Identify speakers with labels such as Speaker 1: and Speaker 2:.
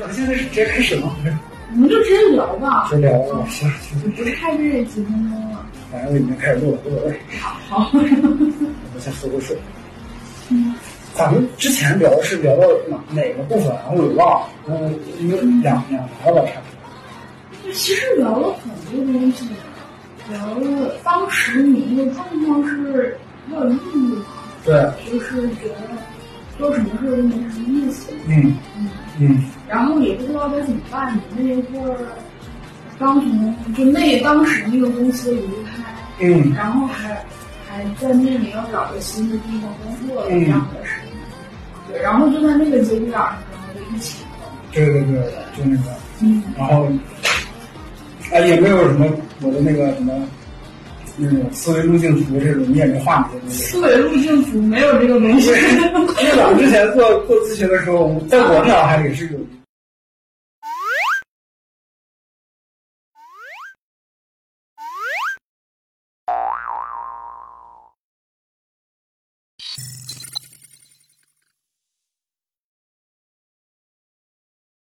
Speaker 1: 我们现在是直接开始吗？
Speaker 2: 我们就直接聊吧，
Speaker 1: 直接聊吧，行，行
Speaker 2: 不是太热，几分钟了。
Speaker 1: 反正我已经开始录了，无所谓。
Speaker 2: 好，
Speaker 1: 我先喝口水。咱们之前聊是聊到哪哪个部分啊？我给忘了，嗯，一个两两聊吧，差不多。
Speaker 2: 其实聊了很多东西，聊了当时你那个状况是没有意义嘛，
Speaker 1: 对，
Speaker 2: 就是觉得做什么事都没什么意思，
Speaker 1: 嗯
Speaker 2: 嗯，
Speaker 1: 嗯，
Speaker 2: 然后也不知道该怎么办。你那一会儿刚从就那当时那个公司离开，
Speaker 1: 嗯
Speaker 2: 然后还还在那里要找个新的地方工作的
Speaker 1: 嗯
Speaker 2: 这样的事情，对，然后就在那个节骨眼儿上，然后疫情了，
Speaker 1: 对对对，就那个，
Speaker 2: 嗯，
Speaker 1: 然后，哎，也没有什么我的那个什么。那种思维路径图这种，你也没画你的东西。
Speaker 2: 思维路径图没有这个东西，
Speaker 1: 因为咱们之前做做咨询的时候，我在我脑海里是有